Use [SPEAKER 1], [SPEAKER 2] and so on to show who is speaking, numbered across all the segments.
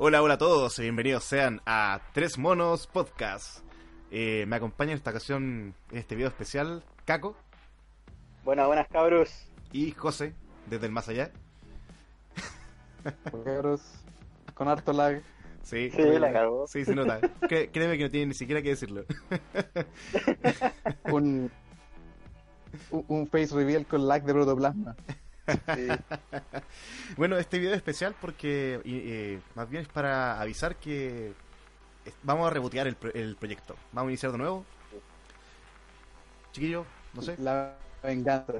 [SPEAKER 1] Hola, hola a todos y bienvenidos sean a Tres Monos Podcast. Eh, me acompaña en esta ocasión, en este video especial, Caco
[SPEAKER 2] Buenas, buenas cabros.
[SPEAKER 1] y José, desde el más allá.
[SPEAKER 3] Cabros, con harto lag.
[SPEAKER 1] Sí,
[SPEAKER 2] Sí, la cagó.
[SPEAKER 1] Sí, se nota. Cre- créeme que no tiene ni siquiera que decirlo.
[SPEAKER 3] Un, un- un face reveal con lag de protoplasma.
[SPEAKER 2] Sí.
[SPEAKER 1] Bueno, este video es especial porque y, eh, más bien es para avisar que es- vamos a rebotear el, pro- el proyecto. Vamos a iniciar de nuevo. Chiquillo, no sé.
[SPEAKER 3] La venganza.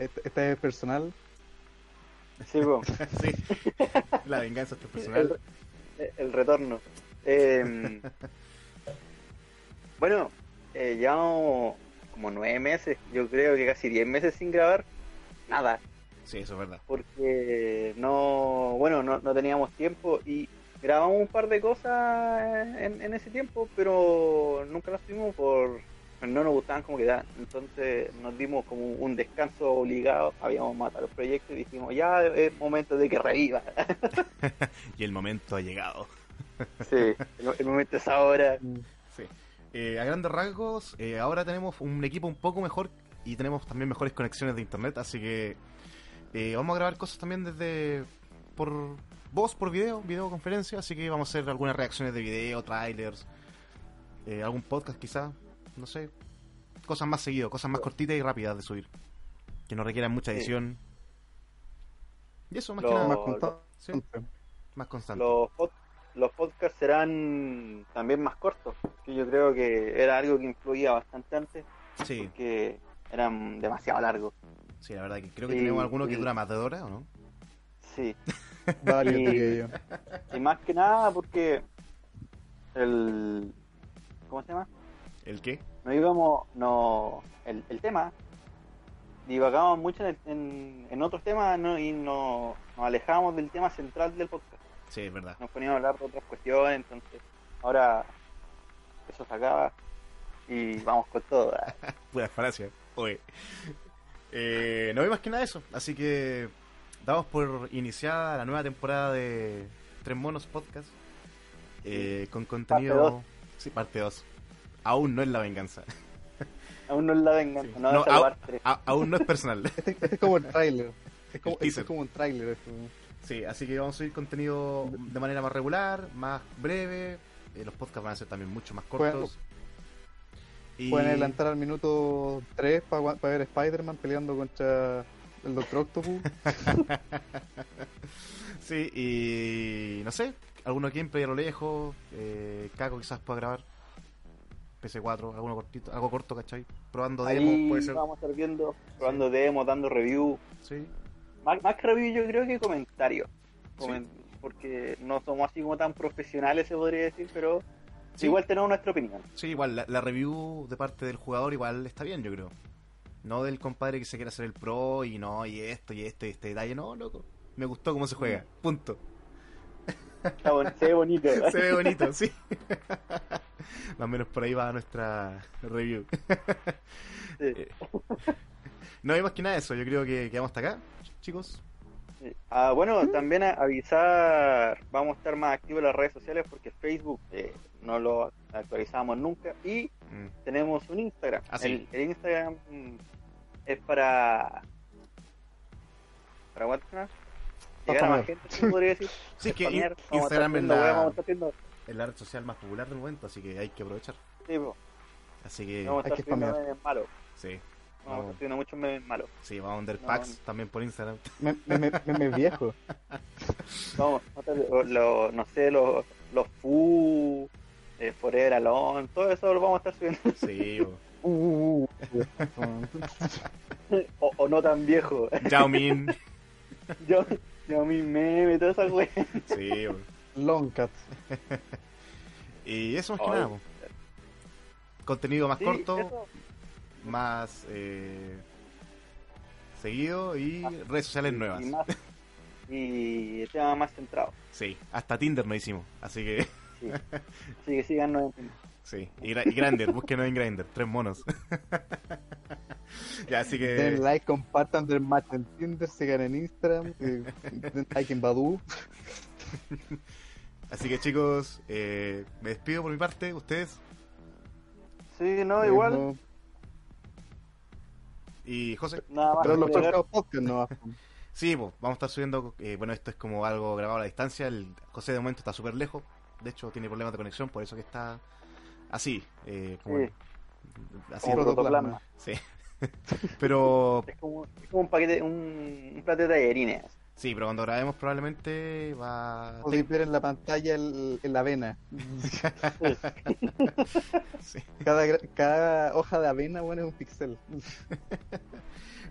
[SPEAKER 3] Este, este es personal.
[SPEAKER 2] Sí, po.
[SPEAKER 1] Sí. La venganza esto es
[SPEAKER 2] el,
[SPEAKER 1] personal.
[SPEAKER 2] el retorno. Eh, bueno, eh, llevamos como nueve meses, yo creo que casi diez meses sin grabar nada,
[SPEAKER 1] Sí, eso es verdad.
[SPEAKER 2] porque no, bueno, no, no teníamos tiempo y grabamos un par de cosas en, en ese tiempo, pero nunca las tuvimos por no nos gustaban como quedaban, entonces nos dimos como un descanso obligado, habíamos matado el proyecto y dijimos ya es momento de que reviva.
[SPEAKER 1] Y el momento ha llegado.
[SPEAKER 2] Sí, el, el momento es ahora.
[SPEAKER 1] Sí. Eh, a grandes rasgos, eh, ahora tenemos un equipo un poco mejor y tenemos también mejores conexiones de internet, así que eh, vamos a grabar cosas también desde por voz, por video, videoconferencia, así que vamos a hacer algunas reacciones de video, trailers, eh, algún podcast quizá, no sé, cosas más seguido, cosas más cortitas y rápidas de subir, que no requieran mucha
[SPEAKER 2] Sí.
[SPEAKER 1] edición. Y eso, más
[SPEAKER 2] Lo-
[SPEAKER 1] que
[SPEAKER 3] Más
[SPEAKER 1] nada,
[SPEAKER 3] contado.
[SPEAKER 1] sí, más constante.
[SPEAKER 2] Los, pod- los podcasts serán también más cortos, que yo creo que era algo que influía bastante antes,
[SPEAKER 1] Sí,
[SPEAKER 2] que eran demasiado largos.
[SPEAKER 1] sí, la verdad que creo que
[SPEAKER 2] Sí,
[SPEAKER 1] tenemos alguno que
[SPEAKER 2] sí.
[SPEAKER 1] dura más de dos horas, ¿o no?
[SPEAKER 2] Sí,
[SPEAKER 3] Varios,
[SPEAKER 2] Y-
[SPEAKER 3] diría yo.
[SPEAKER 2] y más que nada porque el... ¿Cómo se llama?
[SPEAKER 1] ¿El qué?
[SPEAKER 2] No íbamos... No, el, el tema. Divagábamos mucho en, el- en- en otros temas ¿no? y no, nos alejábamos del tema central del podcast.
[SPEAKER 1] Sí, es verdad.
[SPEAKER 2] nos poníamos a hablar de otras cuestiones, entonces ahora eso se acaba y vamos con todo. ¿verdad?
[SPEAKER 1] Puras falacias. Oye. Eh, no hay más que nada de eso. Así que damos por iniciada la nueva temporada de Tres Monos Podcast. eh, con contenido...
[SPEAKER 2] Parte dos.
[SPEAKER 1] Sí, parte 2. Aún no es la venganza.
[SPEAKER 2] Aún no es la venganza,
[SPEAKER 1] Sí.
[SPEAKER 2] no,
[SPEAKER 1] No,
[SPEAKER 2] es la
[SPEAKER 1] au-
[SPEAKER 2] parte.
[SPEAKER 1] A- aún no es personal.
[SPEAKER 3] Este, este es como el trailer. Es como,
[SPEAKER 1] El
[SPEAKER 3] este
[SPEAKER 1] teaser.
[SPEAKER 3] es como un trailer. esto.
[SPEAKER 1] Sí, así que vamos a subir contenido de manera más regular, más breve. Eh, los podcasts van a ser también mucho más
[SPEAKER 3] Pueden-
[SPEAKER 1] cortos. Y...
[SPEAKER 3] Pueden adelantar al minuto 3 para ver Spider-Man peleando contra el Doctor Octopus.
[SPEAKER 1] Sí, y no sé, alguno gameplay a lo lejos, eh, Caco quizás pueda grabar, PC4, alguno cortito, algo corto, ¿cachai? Probando
[SPEAKER 2] Ahí
[SPEAKER 1] demos, puede ser.
[SPEAKER 2] vamos a estar viendo, probando demos, dando review.
[SPEAKER 1] Sí,
[SPEAKER 2] Más, más que review yo creo que comentarios. Comen- Porque no somos así como tan profesionales, se podría decir, pero
[SPEAKER 1] Sí.
[SPEAKER 2] igual tenemos nuestra opinión.
[SPEAKER 1] sí igual, la, la review de parte del jugador igual está bien, yo creo. No del compadre que se quiera hacer el pro y no, y esto, y este, y este detalle, no, loco. Me gustó cómo se juega, punto.
[SPEAKER 2] Está bon- se ve bonito. ¿verdad?
[SPEAKER 1] Se ve bonito, sí. Más o menos por ahí va nuestra review.
[SPEAKER 2] Sí.
[SPEAKER 1] No hay más que nada de eso, yo creo que quedamos hasta acá, chicos.
[SPEAKER 2] Ah,
[SPEAKER 1] Mm.
[SPEAKER 2] bueno, también a- avisar, vamos a estar más activos en las redes sociales porque Facebook eh, no lo actualizamos nunca y
[SPEAKER 1] Mm.
[SPEAKER 2] tenemos un Instagram.
[SPEAKER 1] Ah, sí.
[SPEAKER 2] el, el Instagram mm, es para... ¿Para what? ¿no? Llegar a
[SPEAKER 3] Para
[SPEAKER 2] más gente, se podría decir.
[SPEAKER 1] Sí, que
[SPEAKER 2] Spamear,
[SPEAKER 1] in-
[SPEAKER 2] vamos a estar
[SPEAKER 1] Instagram es
[SPEAKER 2] haciendo, vamos a
[SPEAKER 1] la,
[SPEAKER 2] estar haciendo-
[SPEAKER 1] es la red social más popular del momento, así que hay que aprovechar.
[SPEAKER 2] sí, po,
[SPEAKER 1] Así que,
[SPEAKER 2] vamos a estar
[SPEAKER 3] que
[SPEAKER 2] subiendo
[SPEAKER 3] spamear.
[SPEAKER 2] memes malos.
[SPEAKER 1] sí,
[SPEAKER 2] Vamos a
[SPEAKER 1] Vamos.
[SPEAKER 2] estar subiendo muchos memes malos.
[SPEAKER 1] sí, vamos a vender
[SPEAKER 2] No,
[SPEAKER 1] packs
[SPEAKER 2] no.
[SPEAKER 1] también por Instagram.
[SPEAKER 3] Me, me, me, me viejo.
[SPEAKER 2] Vamos, vamos a estar- lo- no sé, los los Fu, eh, Forever Alone, todo eso lo vamos a estar subiendo.
[SPEAKER 1] Sí, bo.
[SPEAKER 3] Uh, uh, uh, uh.
[SPEAKER 2] o, o no tan viejo.
[SPEAKER 1] Yao Min.
[SPEAKER 2] Yo, yo mi meme, toda esa wea.
[SPEAKER 1] Sí, bo.
[SPEAKER 3] Longcat.
[SPEAKER 1] Y eso más que
[SPEAKER 2] Ay.
[SPEAKER 1] nada. po. Contenido más
[SPEAKER 2] Sí,
[SPEAKER 1] corto,
[SPEAKER 2] eso.
[SPEAKER 1] más eh, seguido y redes sociales nuevas.
[SPEAKER 2] Y, más, y el tema más centrado.
[SPEAKER 1] Sí, hasta Tinder no hicimos. Así que
[SPEAKER 2] Sí. Así que síganos en
[SPEAKER 1] sí. Y, Gra- y Grindr, búsquenos en Grindr, tres monos. ya, así
[SPEAKER 3] Den
[SPEAKER 1] que
[SPEAKER 3] like, compartan del match en Tinder, sigan en Instagram, eh, den like en Badu.
[SPEAKER 1] así que chicos, eh, me despido por mi parte, ustedes
[SPEAKER 2] Sí, no,
[SPEAKER 3] Eh,
[SPEAKER 2] igual.
[SPEAKER 1] y José.
[SPEAKER 2] Nada más.
[SPEAKER 3] Pero los
[SPEAKER 2] que agregar.
[SPEAKER 3] próximos podcasts no.
[SPEAKER 1] Sí, po, vamos a estar subiendo. eh, bueno, esto es como algo grabado a la distancia. El José de momento está súper lejos. De hecho, tiene problemas de conexión, por eso que está así. eh, como,
[SPEAKER 2] Sí. Oh.
[SPEAKER 1] así
[SPEAKER 2] Como
[SPEAKER 1] pro-
[SPEAKER 2] protoplasma.
[SPEAKER 1] sí. pero
[SPEAKER 2] Es como, es como un paquete, un, un plato de tallarines.
[SPEAKER 1] sí, pero cuando grabemos probablemente va.
[SPEAKER 3] O si ver en la pantalla el, el avena.
[SPEAKER 1] sí.
[SPEAKER 3] Cada, gra- cada hoja de avena, bueno, es un pixel.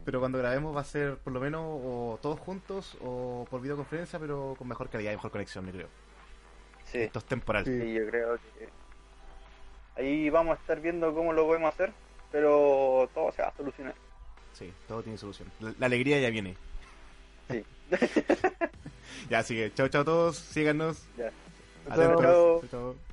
[SPEAKER 1] Pero cuando grabemos va a ser por lo menos o todos juntos o por videoconferencia, pero con mejor calidad y mejor conexión, yo creo.
[SPEAKER 2] Sí.
[SPEAKER 1] Esto es temporal.
[SPEAKER 3] Sí.
[SPEAKER 2] Sí, yo creo que ahí vamos a estar viendo cómo lo podemos hacer, pero todo se va a solucionar.
[SPEAKER 1] Sí, todo tiene solución. La, la alegría ya viene.
[SPEAKER 2] Sí.
[SPEAKER 1] Ya, así que chao, chao a todos. Síganos.
[SPEAKER 2] Ya.
[SPEAKER 1] Atentos.
[SPEAKER 2] Chao.
[SPEAKER 1] Chao, chao.